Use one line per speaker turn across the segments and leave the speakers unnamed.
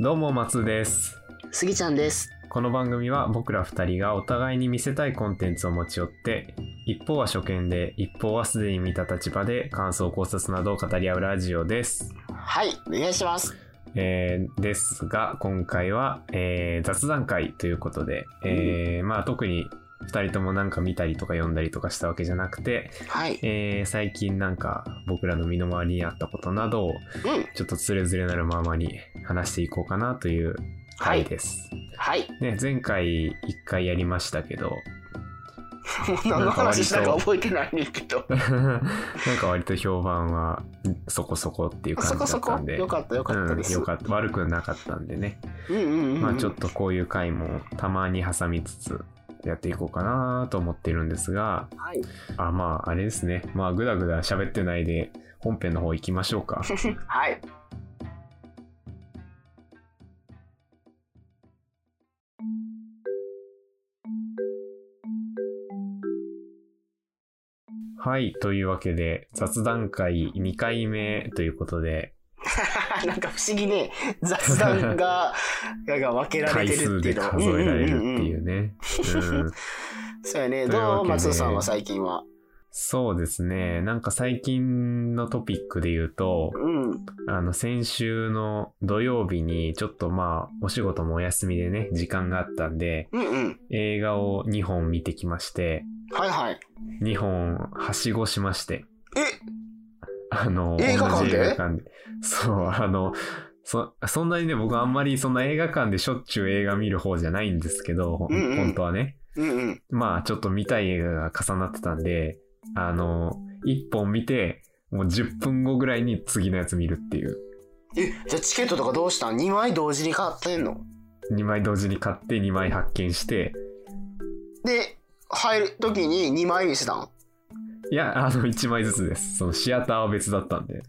どうも松です
スギちゃんです。
この番組は僕ら2人がお互いに見せたいコンテンツを持ち寄って一方は初見で一方はすでに見た立場で感想考察などを語り合うラジオです、
はい、お願いします。
えーですが今回は、えー雑談会ということで、えーまあ特に2人ともなんか見たりとか読んだりとかしたわけじゃなくて、
はい。
えー最近なんか僕らの身の回りにあったことなどを
うん。
ちょっとつれづれなるままに話していこうかなという回です。
はい。
ね、前回1回やりましたけど
もう何の話したか覚えてないねんけど。
なんか割と評判はそこそこっていう
そ
感
こ
じだ
そ
っ
こ
たん。で
よかったよかった
う
で
ん、
す。
よかった悪くなかったんでね、
うんうんうん。
まあちょっ。とこういう回もたまに挟みつつやっていこうかなと思ってるんですが
はい。
あまああれですねまあグダグダ喋ってないで本編の方行きましょう か
はい。
はいというわけで雑談会2回目ということで
なんか不思議ね、雑談 が、が分けられ
回
てる
数
ってい
で
うの
数えられるってい
んんん
うね。うん
んそうやね。
というわ
ど
け
う
で
松尾さんは最近は。
そうですね。なんか最近のトピックで言うと、
うん。
あの先週の土曜日にちょっとまあお仕事もお休みでね、時間があったんで、
うんうん。
映画を2本見てきまして、
はいはい。
2本はしごしまして。
え
あの、
映画館で
同じ映画館でそう、あの、そそんなにね、僕あんまりそんな映画館でしょっちゅう映画見る方じゃないんですけど、ほん
うんうん
本当はね。
うんうん。
まあちょっと見たい映画が重なってたんで、あの、1本見て、もう10分後ぐらいに次のやつ見るっていう。
え、じゃあチケットとかどうしたん ?2 枚同時に買ってんの
2枚同時に買って2枚発見して、
で、入る時に2枚にしてたん
いや、あの、1枚ずつです。そのシアターは別だったんで。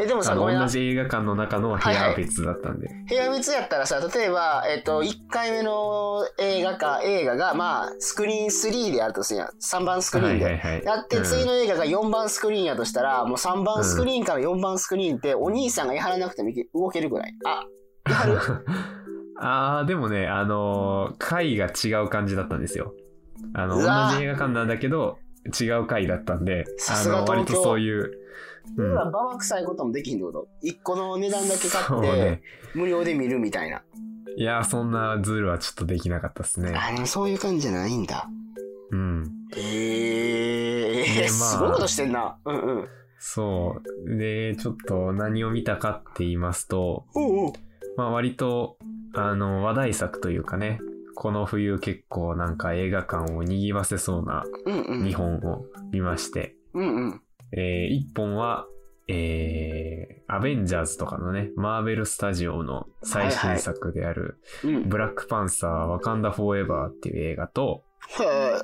え、でも
あ
さ、ご
の、
めんな
同。じ映画館の中の部
はい
屋
は
はい別だったんで。
部屋別やったらさ例えば、えっと1回目の映画か映画が、まあ、スクリーン3であるとするやん3番スクリーンで。
はいはいはい。
やって、
うん
次の映画が4番スクリーンやとしたら、もう3番スクリーンから4番スクリーンって、お兄さんがやらなくてもいけ動けるぐらい。あ、やる
あー、でもね、あのー回が違う感じだったんですよ。あの、
うわー
同じ映画館なんだけど、違う回だったんで、
さ
あ
すが
の、割と
東京
そういう、
だから、
う
ばばくさいこともできひんってこと。1個の値段だけ買
そう
っ
ね
て、無料で見るみたいな。
いやーそんなズルはちょっとできなかったですね。
あ、でもそういう感じじゃないんだ。
うん。
へえー、
ねまあ
すごいことしてんな。うんうん。
そう。で、ちょっと何を見たかって言いますと、
おうおう。
まあ割と、あの、話題作というかね、この冬結構なんか映画館を賑わせそうな
うんうん。
2本を見まして、
うんうん。
え1本は、えーアベンジャーズとかのね、マーベルスタジオの最新作である、
うん。
ブラックパンサー、ワカンダフォーエバーっていう映画と、
は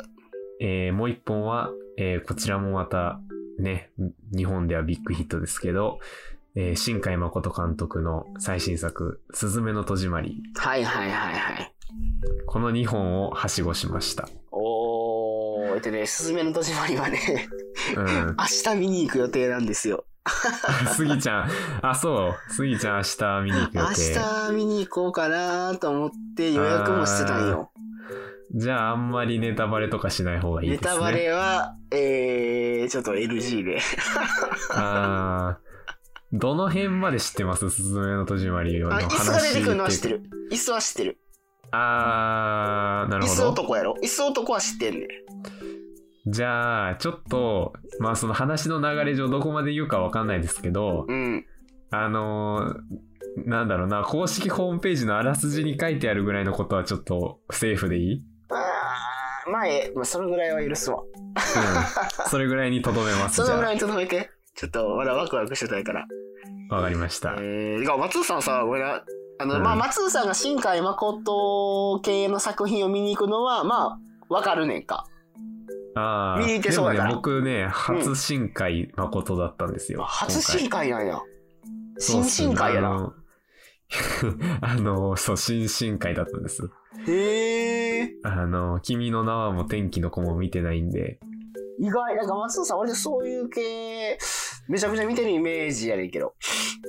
えーもう一本は、えーこちらもまたね、日本ではビッグヒットですけど、えー新海誠監督の最新作、すずめの戸締まり。
いはいはいはい。
この2本をはしごしました。
おー、えっとね、すずめの戸締まりはね、
うん。
明日見に行く予定なんですよ。
スギちゃん、あ、そう。スギちゃん明日見に行く予
明
定。
日見に行こうかなと思って予約もしてたんよ。
じゃああんまりネタバレとかしない方がいいで
ネ
すね。
タバレは、えー、ちょっと LG で。
あーどの辺まで知ってますすずめの戸締まりの
あ
話
椅子が出てくるのは知って
る。
る。椅子は知ってる。
あー、な
椅
るほ
子
ど。
男やろ。椅子男は知ってんねん。
じゃあ、ちょっと、まあその話の流れ上どこまで言うかわかんないですけど、
うん。
あのーなんだろうな、公式ホームページのあらすじに書いてあるぐらいのことはちょっとセーフでいい、うん、
あーまあ、ええまあ、そのぐらいは許すわ。
それぐらいにとどめます。
そ
じ
のぐ
ゃ
らいにとどめて。ちょっと、まだワクワクしてたいから。
あ、わかりました。
えー、てか松尾さんさ、俺な、あの、
うん
まあ、松尾さんが新海誠系の作品を見に行くのは、まあ、わかるねんか。
ああ、
見に行けそうだ
で
から
もね、僕ね、初新海誠だったんですよ。
初
今回
新海なんや。
そう
新新海や
あ
な。
のあの、 そう、新新海だったんです。
へえ。
あの、君の名はも天気の子も見てないんで、
意外、なんか松尾さん、俺そういう系、めちゃくちゃ見てるイメージやねんけど。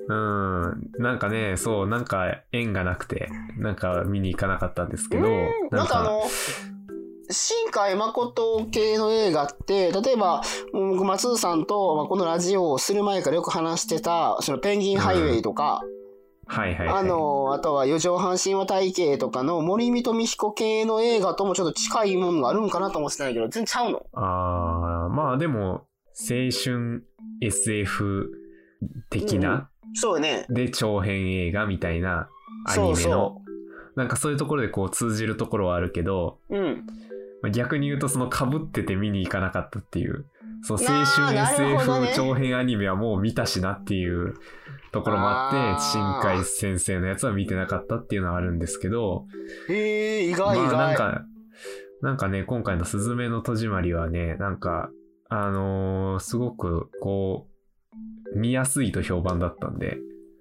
うん。なんかね、そう、なんか縁がなくて、なんか見に行かなかったんですけど、
うんなんかあの、新海誠系の映画って、例えば、うん僕、松さんと、まあ、このラジオをする前からよく話してた、そのペンギンハイウェイとか、
はいはい、はい。
あ、の、あとは四畳半神話体系とかの森見と美彦系の映画ともちょっと近いものがあるんかなと思ってたんやけど、全然ちゃうの。
あーまあでも、青春 SF 的な、
そうよね。
で、長編映画みたいなアニメ
そ
の、
うそ
なんかそういうところでこう通じるところはあるけど、
う。うん。
まあ逆に言うとその被ってて見に行かなかったっていう、そう青
なあ
春
なるほど
SF
ね
長編アニメはもう見たしなっていうところもあって、新
あー
海先生のやつは見てなかったっていうのはあるんですけど、
へえ、意
まあ
外意外。
なんか、なんかね、今回のすずめの戸締まりはね、なんか、あのーすごくこう、見やすいと評判だったんで、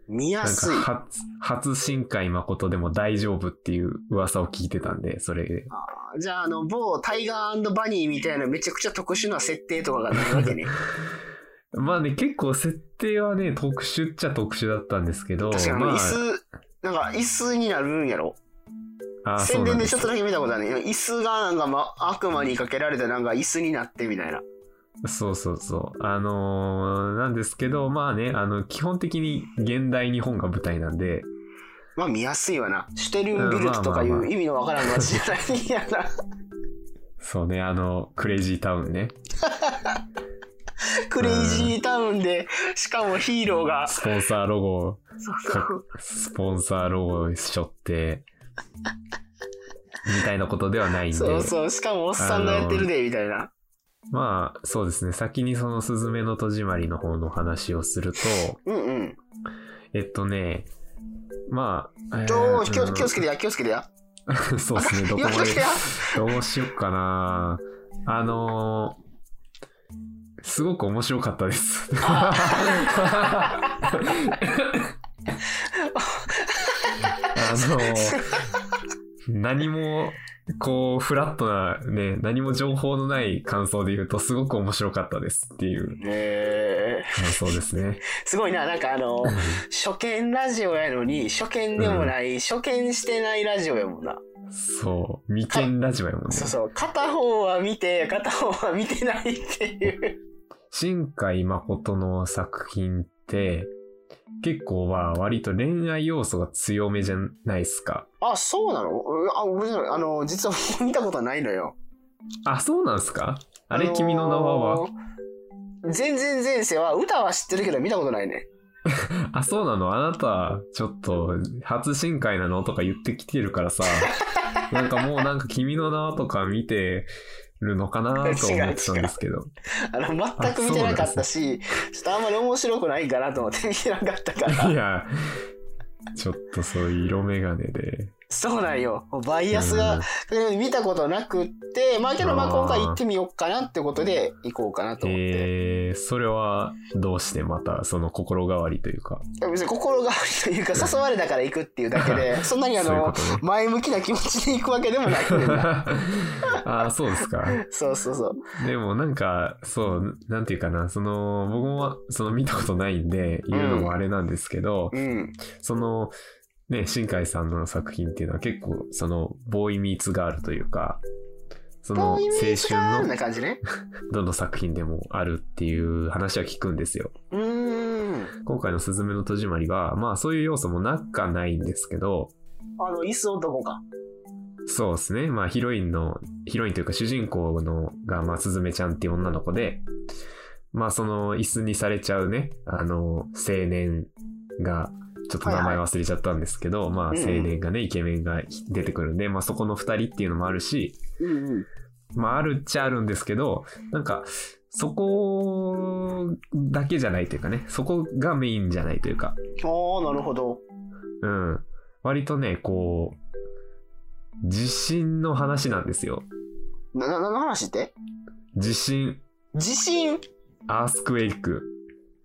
見や
なん
す
か
い。
初、初新海誠でも大丈夫っていう噂を聞いてたんで、それで。
じゃあ、あの、某タイガーバニーみたいなめちゃくちゃ特殊な設定とかがない わけね。
まあね、結構設定はね、特殊っちゃ特殊だったんですけど、
確かにあの、
ま
椅子、なんか椅子になるんやろ。
あ、あー
宣伝でちょっと
そうなん
だけ見たことあるね。椅子がなんか、ま、悪魔にかけられてなんか椅子になってみたいな。
すそうそうそう。あのーなんですけど、まあね、あの、基本的に現代日本が舞台なんで、
まあ見やすいわな。シュテルンビルクとかい
うんまあまあま
う
あ
意味のわからん街じゃないん やな。
そうね、あの、クレイジータウンね。
クレイジータウンで、しかもヒーローが。
スポンサーロゴを、
そうそう
スポンサーロゴをしょ って、みたいなことではないんで。
そうそう。しかもおっさんがやってるで、みたいな。
まあ、そうですね。先にその、すずめの戸締まりの方の話をすると、
うんうん。
えっとね、まあ、えー
ちょ、気
う
を
ん
気をつけてや、気をつけてや。
そうですね、どこ
気を
ま
つけて
で
や。、
どうしよっかな。あのーすごく面白かったです。あのー何も、こう、フラットなね、何も情報のない感想で言うと、すごく面白かったですっていう
えー
感想ですね。
すごいな、なんかあの、初見ラジオやのに、初見でもない、初見してないラジオやもんな。
そう、未見ラジオやもんね
そう。そう、片方は見て、片方は見てないっていう。
新海誠の作品って、結構は割と恋愛要素が強めじゃないですか。
あ、そうなのうんあ、ごめんなさい。あの、実は僕見たことないのよ。
あ、そうなんすかあれ、
のー
君の名は
全然前世は、歌は知ってるけど見たことないね。
あ、そうなのあなた、ちょっと、初新海なのとか言ってきてるからさ、なんかもうなんか君の名はとか見てるのかなと思ってたんですけど。
あの、全く見てなかったし、ちょっとあんまり面白くないかなと思って見てなかったか ら
い。や、ちょっとそういう色眼鏡で。
そうなんよ。バイアスが、見たことなくって、まあけど、まあ
あー
今回行ってみようかなってことで行こうかなと思って。
えー、それはどうしてまたその心変わりというか。
別に心変わりというか、誘われたから行くっていうだ けで、そんなにあ
そういうこ
の
と、ね。
前向きな気持ちで行くわけでもないんだよ
ああ、そうですか。
そうそうそう。
でもなんか、そう、なんていうかな、その、僕もその見たことないんで、言うのもあれなんですけど、
うん。
その、ね、新海さんの作品っていうのは結構、その、ボーイミーツガールというか、その、青
ボーイミーツガール
春
な
の
感じね。
どの作品でもあるっていう話は聞くんですよ。
うーん。
今回のすずめの戸締まりは、まあそういう要素もなくはないんですけど、
あの、椅子男か。
そうですね。まあ、ヒロインの、ヒロインというか主人公のが、まあ、すずめちゃんっていう女の子で、まあ、その、椅子にされちゃうね、あの、青年が、ちょっと名
はい
前
は
忘れちゃったんですけど、まあ、
うんうん
青年がね、イケメンが出てくるんで、まあ、そこの二人っていうのもあるし、
うんうん。
まあ、あるっちゃあるんですけど、なんか、そこだけじゃないというかね、そこがメインじゃないというか、
ああ、なるほど。
うん。割とね、こう、自信の話なんですよ。
な、な、何の話って
地震、
地震
アースクエイク。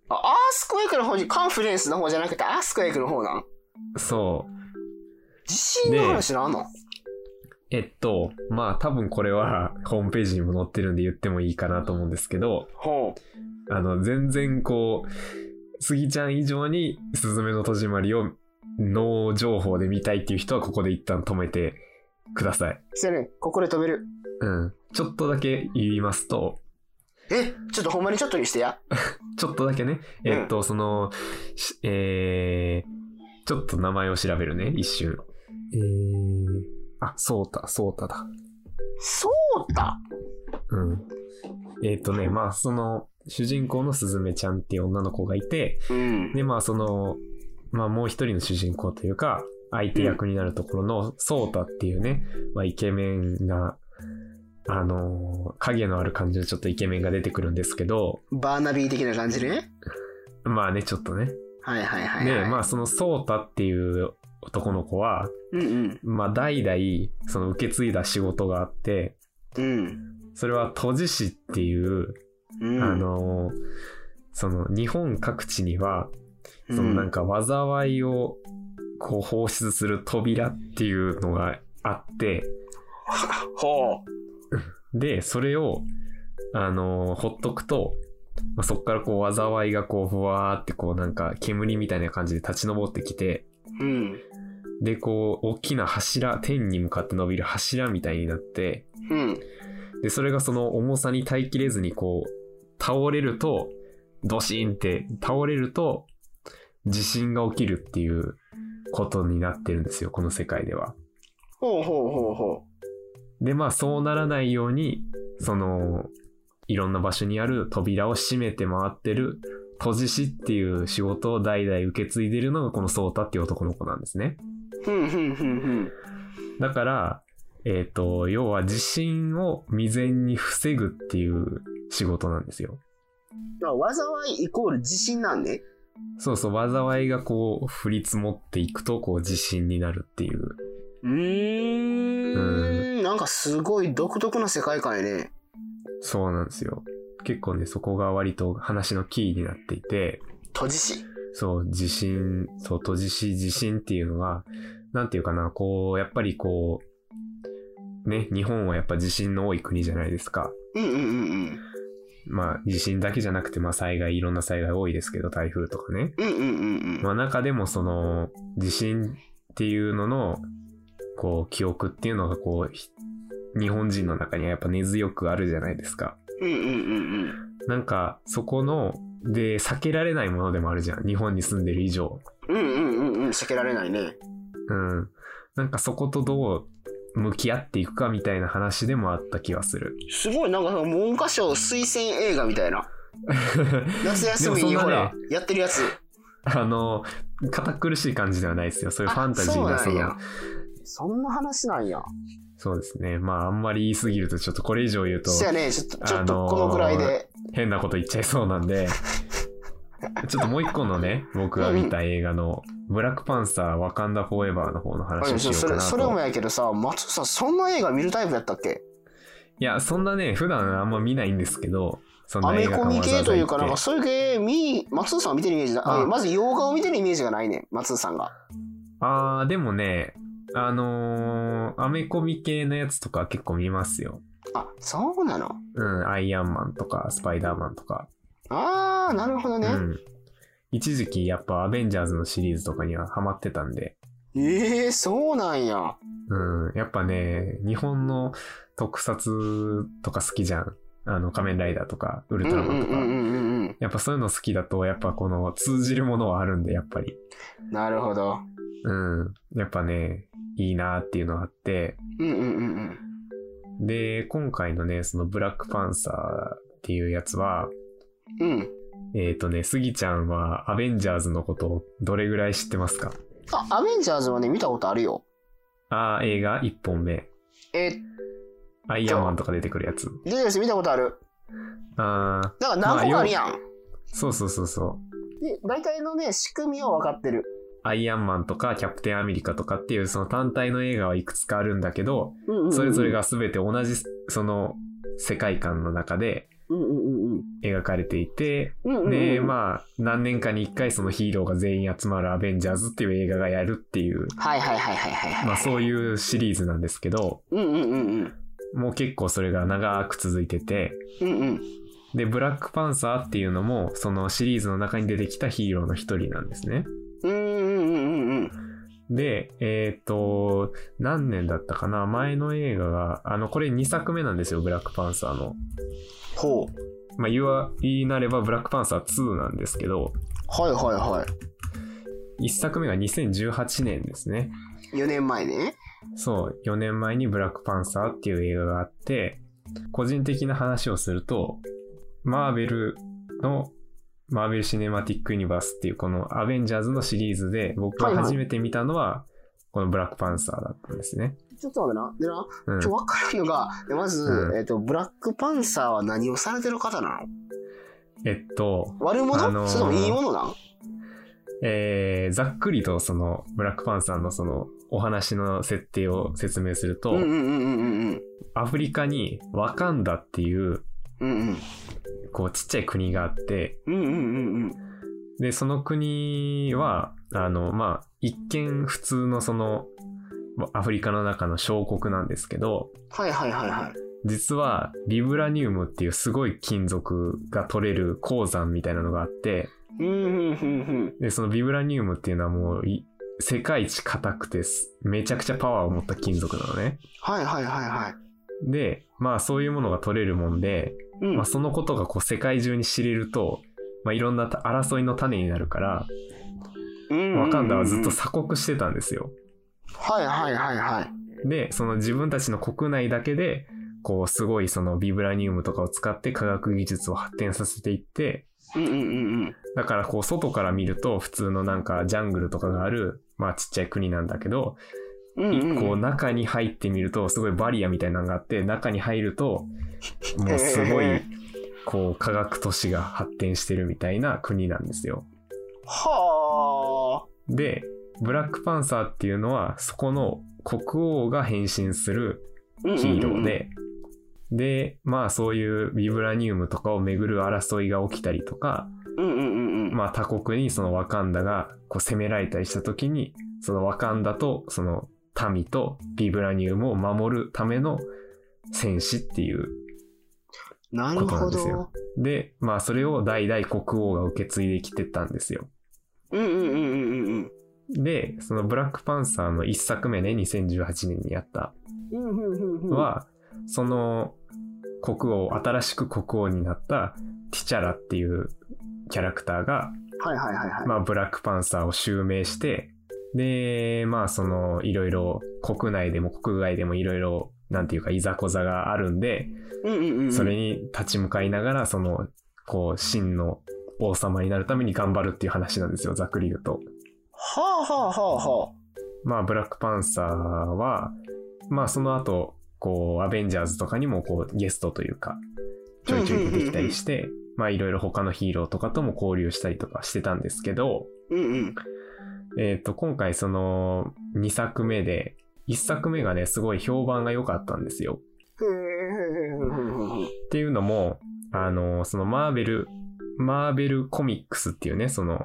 あ、アースクエイクの方に、カンフレンスの方じゃなくて、アースクエイクの方なん
そ
地震の話なんの、
う。えっと、まあ多分これは ホームページにも載ってるんで言ってもいいかなと思うんですけど、
ほ
あの、全然こう、スギちゃん以上にスズメの戸締まりを脳情報で見たいっていう人はここで一旦止めてください。
う。せやねん、ここで止める。
うん。ちょっとだけ言いますと、
え、ちょっとほんまにちょっとにしてや。
ちょっとだけね、
うん
えっと、その、しえー、ちょっと名前を調べるね、一瞬。えー、あ、そうた、そうただ。
そうだ。
うん。えっ、とね、まあ、その、主人公のすずめちゃんっていう女の子がいて、
うん。
で、まあ、その、まあ、もう一人の主人公というか、相手役になるところの、そうたっていうね、まあ、イケメンが、あのー影のある感じのちょっとイケメンが出てくるんですけど、
バーナビー的な感じね。
まあね、ちょっとね。
はいはいはい、はい。
で、まあ、そのそうたっていう男の子は、
うんうん。
まあ、代々、その受け継いだ仕事があって、
うん。
それは、都知事っていう、
うん。
あ、のその日本各地にはそのなん、か災いをこう放出する扉っていうのがあって
ほ
でそれをあのほっとくと、まあ、そこからこう災いがこうふわーってこうなんか煙みたいな感じで立ち上ってきて
う。うん。
でこう大きな柱天に向かって伸びる柱みたいになって
うん。
でそれがその重さに耐えきれずにこう倒れるとドシーンって倒れると地震が起きるっていうことになってるんですよこの世界では。
ほうほうほうほ
でまあそうならないようにそのいろんな場所にある扉を閉めて回ってる閉じ師っていう仕事を代々受け継いでるのがこのソータっていう男の子なんですね。
う。ふんふんふんふん。
だから、えっ、と、要は地震を未然に防ぐっていう仕事なんですよ。
だから災いイコール自信なんね。
そうそう、災いがこう、降り積もっていくと、こう、地震になるっていう。
うーん。なんかすごい独特な世界観やね。
そうなんですよ。結構ね、そこが割と話のキーになっていて、
都知事。
そう、地震、そう、閉じし地震っていうのが、なんていうかな、こう、やっぱりこう、ね、日本はやっぱ地震の多い国じゃないですか。
うんうんうん
まあ、地震だけじゃなくて、まあ、災害、いろんな災害多いですけど、台風とかね。
うん。うんうんうんう
ま
ん。
あ、中でもその地震っていうののこう記憶っていうのがこうひ日本人の中にはやっぱ根強くあるじゃないですか。
うんうんうん
なんかそこので避けられないものでもあるじゃん日本に住んでる以上。
うん。うんうんうんうん。避けられないね。
うん。なんかそことどう向き合っていくかみたいな話でもあった気がする。
すごい、なんかその文科省推薦映画みたいな。夏休みに
でもそ
ほ
んなね
ら、やってるやつ。
あの堅苦しい感じではないですよ。そういうファンタジー
あ
が
そ
そう
なん
の
や。そんな話なんや。
そうですね。まああんまり言いすぎるとちょっとこれ以上言うと
そやね、ちょっと、ちょっ
あ
と
のー
このぐらいで。
変なこと言っちゃいそうなんで、ちょっともう一個のね、僕が見た映画の、ブラックパンサー、ワカンダフォーエバーの方の話をしよう
そ
か
れ
な
それも
と。
やけどさ松尾さんそんな映画見るタイプだったっけ
いや、そんなね、普段あんま見ないんですけど、そん
ア
な映
メ
画
コ
館
ミ
わざ
系
わ
と
ざ
い
行
うかなん
っ
か
て。
そういう系見松尾さんは見てるイメージだあ
あ
まず洋画を見てるイメージがないねん松尾さんが
あー、でもね、あのーアメコミ系のやつとか結構見ますよ。
あそうなの
うん、アイアンマンとか、スパイダーマンとか。
あーなるほど
う
ね、
ん。一時期やっぱアベンジャーズのシリーズとかにはハマってたんで、
ええー、そうなんや
うん、やっぱね、日本の特撮とか好きじゃん。あの、仮面ライダーとか、ウ
う
ル
ん
ト
う
ラ
んう
マン
ん
とか。
うんうん
やっぱそういうの好きだと、やっぱこの通じるものはあるんで、やっぱり。
うんなるほど
うん。やっぱね、いいなっていうのがあって。
うんうんうん
で、今回のね、そのブラックパンサーっていうやつは、
うんうん
えっ、とね、スギちゃんはアベンジャーズのことをどれぐらい知ってますか
あアベンジャーズはね見たことあるよ
あー映画1本目。
え
アイアンマンとか出てくるやつ。
デジャーズ見たことある
ああ、
だから何個かあるやん、
そうそうそうそう。
で大体のね仕組みは分かってる
アイアンマンとかキャプテンアメリカとかっていうその単体の映画はいくつかあるんだけど、
うんうんうん
それぞれが全て同じその世界観の中で、
うんうんうんうんうん
描かれていて、
うんうん
で、
あ
まあ、何年かに1回そのヒーローが全員集まるアベンジャーズっていう映画がやるっていう、
はいはいはいはいはいはい
まあそういうシリーズなんですけど、
うんうんうんうん
もう結構それが長く続いてて、
うんうん
で、ブラックパンサーっていうのも、そのシリーズの中に出てきたヒーローの一人なんですね。
うんうんうんうん
で、えっ、と、何年だったかな前の映画が、あの、これ2作目なんですよ、ブラックパンサーの。
ほう
まあ、言わ、言いなればブラックパンサー2なんですけど、
はいはいはい
1作目が2018年ですね。
4年前ね
そう、4年前にブラックパンサーっていう映画があって、個人的な話をすると、マーベルの、マーベルシネマティックユニバースっていうこのアベンジャーズのシリーズで僕が初めて見たのは、このブラックパンサーだったんですね。
ちょっと待ってなでな
うん
ちょ、わからんのが、でまず、
うん
えっと、ブラックパンサーは何をされてる方なの
えっと、
悪者、
あのー
それともいいものなん
えーざっくりとそのブラックパンサーのそのお話の設定を説明すると、
うんうんうんうんうん
アフリカにワカンダっていう
うんうん
こうちっちゃい国があって、
うんうんうん
で、その国は、あの、まあ、一見普通のその、まアフリカの中の小国なんですけど、
はいはいはいはい
実はビブラニウムっていうすごい金属が取れる鉱山みたいなのがあって、
うんうんうん
で、そのビブラニウムっていうのはもうい、世界一硬くてす、めちゃくちゃパワーを持った金属なのね。
はいはいはいはい
で、まあそういうものが取れるもんで、
うん
まあそのことがこう世界中に知れると、まあいろんなた争いの種になるから、ワカンダはずっと鎖国してたんですよ。
はいはいはいはい
で、その自分たちの国内だけで、こう、すごいそのビブラニウムとかを使って科学技術を発展させていって、
うんうんうん
だからこう、外から見ると普通のなんかジャングルとかがある、まあちっちゃい国なんだけど、
うんうんうん
こう、中に入ってみると、すごいバリアみたいなのがあって、中に入ると、もうすごい
へー、
こう、科学都市が発展してるみたいな国なんですよ。
は
で、ブラックパンサーっていうのは、そこの国王が変身する
あ
ヒーローで、で、まあそういうビブラニウムとかをめぐる争いが起きたりとか、
うんうんうんうん
まあ他国にそのワカンダがこう攻められたりした時に、そのワカンダとその民とビブラニウムを守るための戦士っていう。
なる
ことな
ほ
んです
ど
よで、まあそれを代々国王が受け継いできてたんですよ。
うんうんうんうん
で、そのブラックパンサーの一作目ね、2018年にやった
うんうんうんうんうん
は、その国王、新しく国王になったティチャラっていうキャラクターが、
はいはいはいはい
まあ、ブラックパンサーを襲名して、で、まあ、その、いろいろ、国内でも国外でもいろいろ、なんていうか、いざこざがあるんで、
うんうんうん
それに立ち向かいながら、その、こう、真の王様になるために頑張るっていう話なんですよ、ざっくり言うと。
はあはあはあはあ
まあ、ブラックパンサーは、まあ、その後、こう、アベンジャーズとかにも、こう、ゲストというか、ちょいちょい出てきたりして、まあ、いろいろ他のヒーローとかとも交流したりとかしてたんですけど、
うんうん
えっ、と、今回、その、2作目で、1作目がね、すごい評判が良かったんですよ。
へえ
っていうのも、あの、その、マーベル、マーベルコミックスっていうね、その、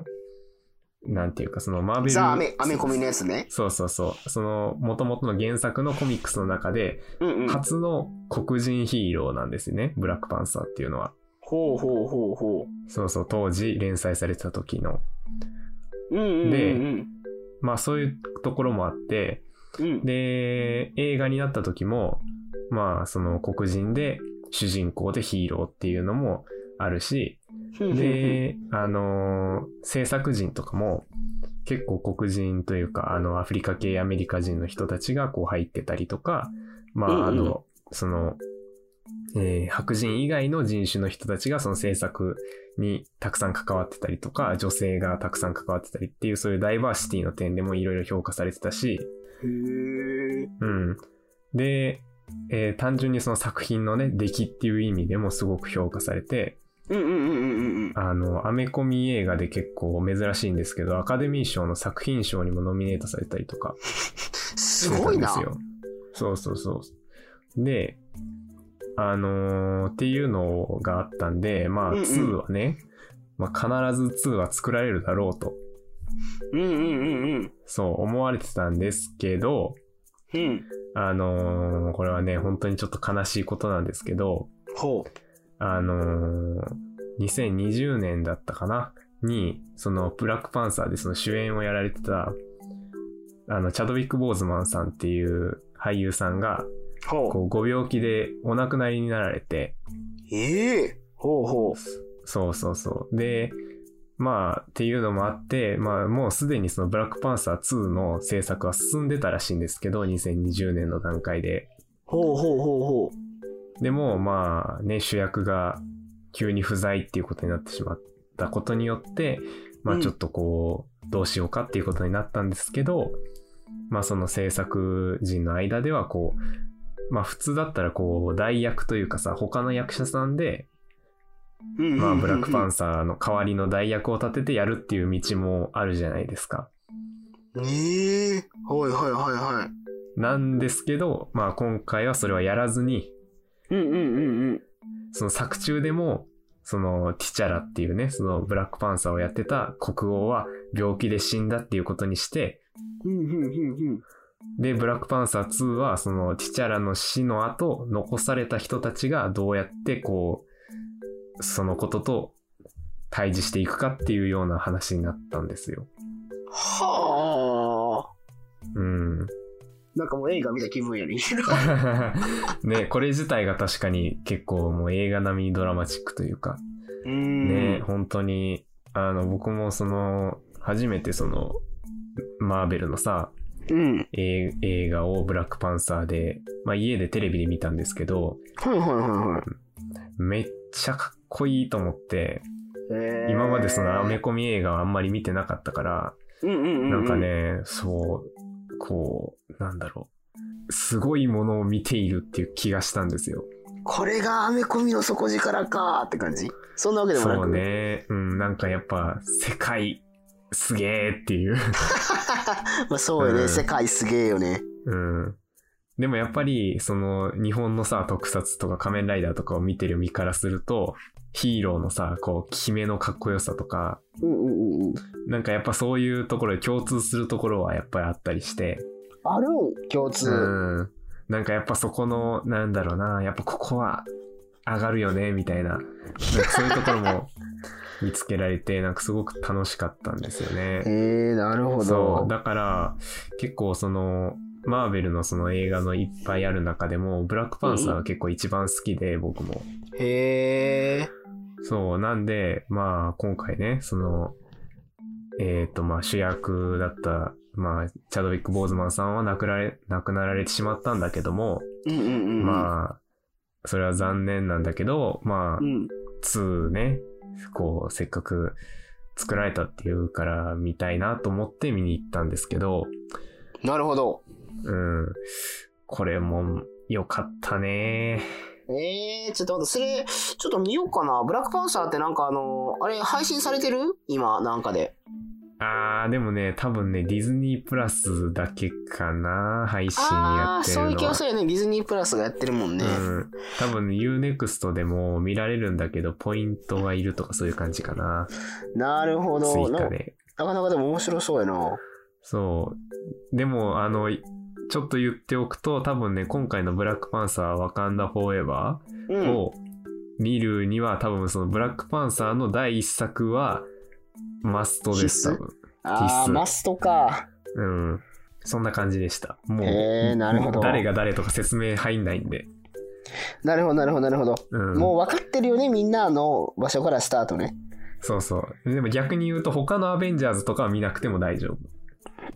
なんていうか、その、マーベル。
ザ・アメアメコミのやつね。
そうそうそう。その、元々の原作のコミックスの中で、
うんうん
初の黒人ヒーローなんですよね、ブラックパンサーっていうのは。
ほうほうほうほ
そうそう、当時連載されてた時の。
う。うんうんうん
でまあそういうところもあって、
うんうん。
で、映画になった時も、まあその黒人で主人公でヒーローっていうのもあるし、
うん、
で、あのー制作人とかも結構黒人というか、あの、アフリカ系アメリカ人の人たちがこう入ってたりとか、ま
うんうん
あ、あの、その、えー白人以外の人種の人たちがその制作にたくさん関わってたりとか、女性がたくさん関わってたりっていう、そういうダイバーシティの点でもいろいろ評価されてたし、
へえ。
うん。で、えー単純にその作品のね、出来っていう意味でもすごく評価されて、
うんうんうんうんうん
あの、アメコミ映画で結構珍しいんですけど、アカデミー賞の作品賞にもノミネートされたりとか
すごいな。
してたんですよ。そうそうそう。で、あのーっていうのがあったんで、まあ、
うんうん
2はね、まあ、必ず2は作られるだろうと、
うんうんうんうん。
そう思われてたんですけど、
うん。
あのーこれはね、本当にちょっと悲しいことなんですけど、
ほ
あのー2020年だったかなに、その、ブラックパンサーでその主演をやられてた、あの、チャドウィック・ボーズマンさんっていう俳優さんが、
う。ほ
こう、ご病気でお亡くなりになられて、
う。ええほうほ
そうそうそう。で、まあ、っていうのもあって、まあ、もうすでにその、ブラックパンサー2の制作は進んでたらしいんですけど、2020年の段階で。
ほうほうほうほ
でも、まあ、ね、主役が急に不在っていうことになってしまったことによって、ま
う
あ、
ん
ちょっとこう、どうしようかっていうことになったんですけど、まあ、その制作陣の間では、こう、まあ、普通だったら、こう、代役というかさ、他の役者さんで、
う。うんうんうんうん
まあ、ブラックパンサーの代わりの代役を立ててやるっていう道もあるじゃないですか。
ええはいはいはいは
なんですけど、まあ、今回はそれはやらずに、
い。うんうんうんうん。
その作中でも、そのティチャラっていうね、そのブラックパンサーをやってた国王は病気で死んだっていうことにして、
うんうんうんうん。
で、ブラックパンサー2はそのティチャラの死の後、残された人たちがどうやってこう、そのことと対峙していくかっていうような話になったんですよ。
はあ。
うん。
なんかもう映画見た気分やね。
ね、これ自体が確かに結構もう映画並みにドラマチックというか、
うん
ね、本当に、あの、僕もその、初めてその、マーベルのさ、
うん。
えー映画をブラックパンサーで、まあ家でテレビで見たんですけど、
はいはいはいはい。
めっちゃかっこいいと思って、
えー
今までそのアメコミ映画はあんまり見てなかったから、
うんうんうんうん。
なんか。ね、そう、こう、なんだろう、すごいものを見ているっていう気がしたんですよ。
これがアメコミの底力かーって感じ。そんなわけでもなく。
そう。ね、うん、なんかやっぱ、世界、すげーっていう。
まあそうよね、
うん
世界すげえよね。
うん。でもやっぱり、その、日本のさ、特撮とか仮面ライダーとかを見てる身からすると、ヒーローのさ、こう、決めのかっこよさとか、
うんうんうんうん。
なんかやっぱそういうところで共通するところはやっぱりあったりして、
あるん共通。
うん。なんかやっぱそこの、なんだろうな、やっぱここは上がるよね、みたいな、なんかそういうところも見つけられて、なんかすごく楽しかったんですよね。
えー、なるほ
そ
ど
う。。だから、結構その、マーベルのその映画のいっぱいある中でも、ブラックパンサーが結構一番好きで、僕も。
へえ。
そう、なんで、まあ、今回ね、その、えっ、と、まあ、主役だった、まあ、チャドウィック・ボーズマンさんは亡くなれ、亡くなられてしまったんだけども、
うんうんうんうん。
まあ、それは残念なんだけど、まあ
う、ん。
2ね、こう、せっかく作られたっていうから見たいなと思って見に行ったんですけど、
なるほど。
うん。これも良かったね。
えー、ちょっと待って、それ、ちょっと見ようかな。ブラックパンサーってなんかあのーあれ、配信されてる今、なんかで。
あー、でもね、多分ね、ディズニープラスだけかな、配信や
あ
っ
あ
て
ー、
る
そういう
の
気が
は
す。るよね。ディズニープラスがやってるもん
う
ね。
ん、多分ね UNEXT でも見られるんだけど、ポイントがいるとかそういう感じかな。
なるほ
追
ど。な
加
な
で。
かなかでも面白そうやな。
そう。でも、あの、いちょっと言っておくと、多分ね、今回のブラックパンサーワカンダフォーエバー、
うん。
を見るには多分そのブラックパンサーの第一作はマストです多
必須
分
あ
必須
ー、マストか。
うんそんな感じでしたもう
へーなるほど
誰が誰とか説明入んないんで、
なるほど、なるほど、なるほど。
うん、
もう分かってるよね、みんなの場所からスタートね。
そうそうでも逆に言うと他のアベンジャーズとかは見なくても大丈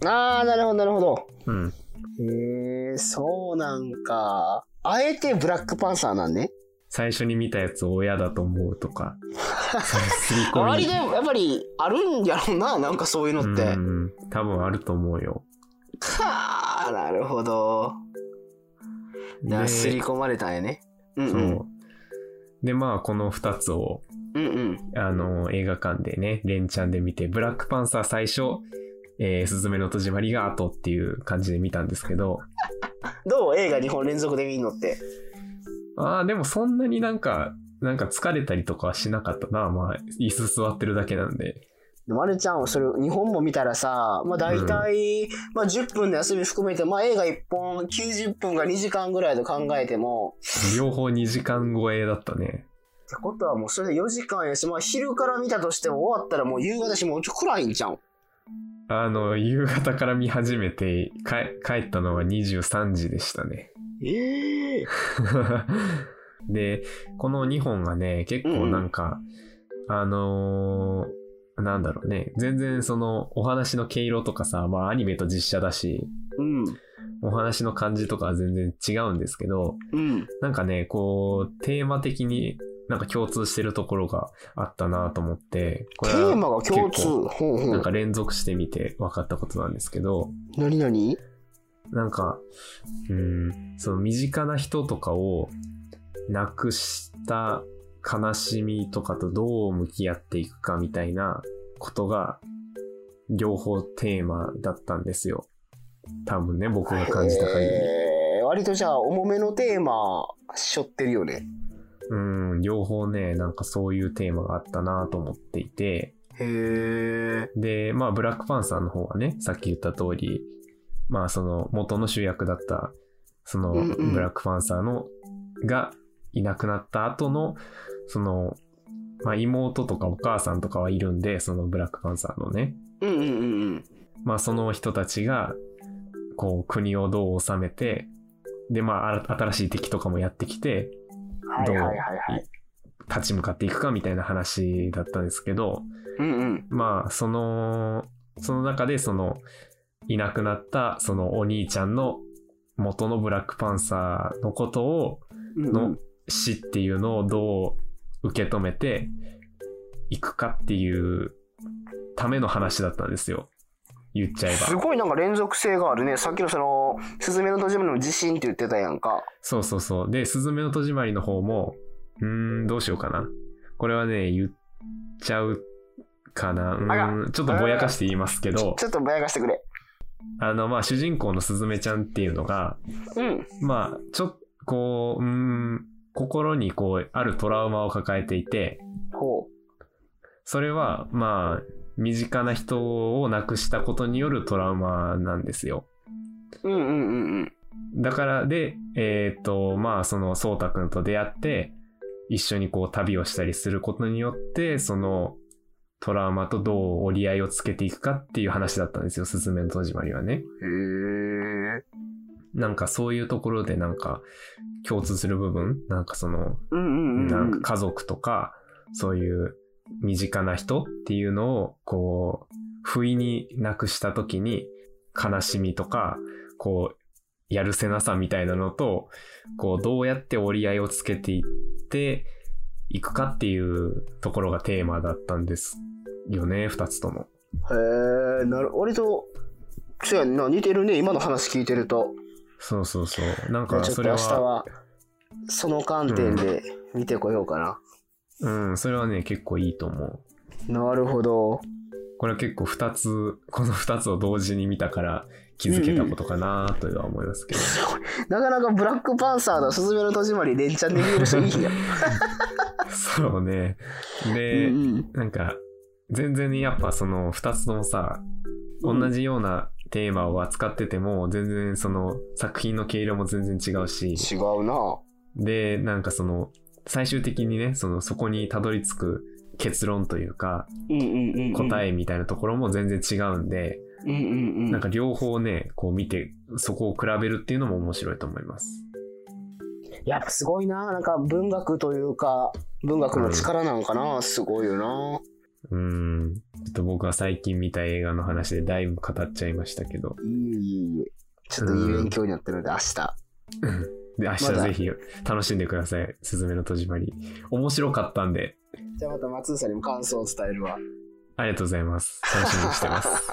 あー、なるほど、なるほど。
夫うん
へえ、そうなんか。あえてブラックパンサーなんね。
最初に見たやつを親だと思うと かそう刷り込
周
み
りでやっぱりあるんやろうな、なんかそういうのって。
うん多分あると思うよ
かー、なるほど。な
で
刷り込まれたんやね。うんう
そ
ん
うでまあこの2つを
うんうん。
あの、映画館でね、連チャンで見て、ブラックパンサー最初、えー、すずめの戸締まりが後っていう感じで見たんですけど、
どう映画2本連続で見んのって。
ああ、でもそんなになんか、なんか疲れたりとかはしなかったな。まあ、椅子座ってるだけなんで。
でもあれちゃん、それ日本も見たらさ、まあ大体、まあ10分の休み含めて、まあ映画1本90分が2時間ぐらいと考えても、
両方2時間超えだったね。
ってことはもうそれで4時間やし、まあ昼から見たとしても終わったらもう夕方しもうちょっと暗いんじゃん。
あの、夕方から見始めて、か帰ったのは23時でしたね。
ええ
で、この2本がね、結構なんか、あのーなんだろうね、全然そのお話の毛色とかさ、まあアニメと実写だし、
うん。
お話の感じとかは全然違うんですけど、
うん。
なんかね、こう、テーマ的になんか共通してるところがあったなと思って、こ
テ
れ
ーマが共
結
通。
構
ほうほ
なん
う。
か連続してみて分かったことなんですけど、
なになに
なんか、うん、その身近な人とかを亡くした悲しみとかとどう向き合っていくかみたいなことが、両方テーマだったんですよ。多分ね、僕が感じた限り。
えー、割とじゃあ重めのテーマしょってるよね。
うん、両方ね、なんかそういうテーマがあったなと思っていて、
へえ。
で、まあ、ブラックパンサーの方はね、さっき言った通り、まあ、その元の主役だった、その
うんうん
ブラックパンサーの、がいなくなった後の、その、まあ、妹とかお母さんとかはいるんで、そのブラックパンサーのね、
うんうんうんうん。
まあ、その人たちが、こう、国をどう治めて、で、まあ、あ新しい敵とかもやってきて、
はいはいはいはい。
立ち向かっていくかみたいな話だったんですけど、
うんうん。
まあ、その、その中で、その、いなくなった、そのお兄ちゃんの元のブラックパンサーのことを、
うんう
の
ん、
死っていうのをどう受け止めていくかっていうための話だったんですよ。言っちゃえ
す
ば。
ごいなんか連続性があるね。さっきのその、すずめの戸締まりの地震って言ってたやんか。
そうそうそう。で、すずめの戸締まりの方も、うーん、どうしようかな。これはね、言っちゃうかな。う
あ
ーん、ちょっとぼやかして言いますけど、
ちょっとぼやかしてくれ。
あの、まあ、主人公のすずめちゃんっていうのが、
うん。
まあ、ちょっと、こう、うーん、心にこう、あるトラウマを抱えていて、
ほ
それは、まあ、身近な人を亡くしたことによるトラウマなんですよ。
う。うんうんうんうん。
だから、で、えっ、と、まあ、その、そうたくんと出会って、一緒にこう、旅をしたりすることによって、その、トラウマとどう折り合いをつけていくかっていう話だったんですよ、すずめの戸締まりはね。
へえ。
なんかそういうところでなんか共通する部分、なんかその
うんうんうん。
なんか家族とか、そういう身近な人っていうのを、こう、不意になくした時に、悲しみとか、こう、やるせなさみたいなのと、こう、どうやって折り合いをつけていって、いくかっていうところがテーマだったんですよね、二つとも。
へえ、なる、割と、そうやんな、似てるね、今の話聞いてると。
そうそうそう。なん
じゃ
か、
あちょっ
そ
と
れ
明日
は、
は、その観点で見てこようかな。
うん、それはね、結構いいと思う。
なるほど。
これは結構2つ、この2つを同時に見たから気づけたことかなとは思いますけど。
なかなかブラックパンサーのすずめの戸締まり連チャンで見える人い いや。
そうね。
う
で、
ん
なんか、全然ねやっぱその2つともさ、
うん
同じようなテーマを扱ってても、全然その作品の毛色も全然違うし、
違うな。
で、なんかその、最終的にね、そのそこにたどり着く結論というか、
うんうんうん。
答
え。
えみたいなところも全然違うんで、
うんうんうん。
なんか両方ね、こう見て、そこを比べるっていうのも面白いと思います。
やっぱすごいな。なんか文学というか、文学の力なんかな。すごいよな。
うーん。ちょっと僕は最近見た映画の話でだいぶ語っちゃいましたけど。
いいいいいい。ちょっといい勉強になったので、明日。
で、明日
まだ
ぜひ楽しんでください。すずめの戸締まり。面白かったんで、
じゃあまた松さんにも感想を伝えるわ。
ありがとうございます。楽しみにしてます。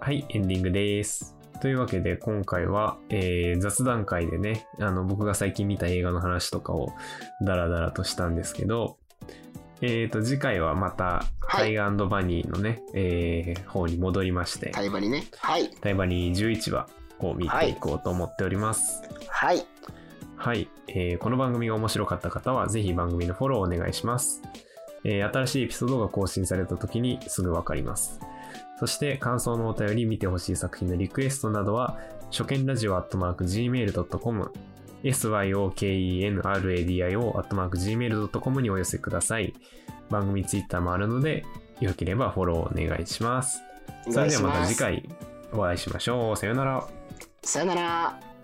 はい、エンディングです。というわけで、今回は、えー雑談会でね、あの、僕が最近見た映画の話とかをダラダラとしたんですけど、えー、と、次回はまた、
はい
タイガーバニーのね、えー方に戻りまして、
タイバリね。はい。
タイバニー11話を見ていこうと思っております。
はい。
はい、えーこの番組が面白かった方は、ぜひ番組のフォローお願いします。えー新しいエピソードが更新された時にすぐわかります。そして、感想のお便り、見てほしい作品のリクエストなどは、初見ラジオアットマーク Gmail.com、syokenradio アットマーク Gmail.com にお寄せください。番組ツイッターもあるので、よければフォローお願いします。
お
そ
願
れ
い
で
し
はまた
ます
次。回お会いしましょう。さようなら。
さよなら。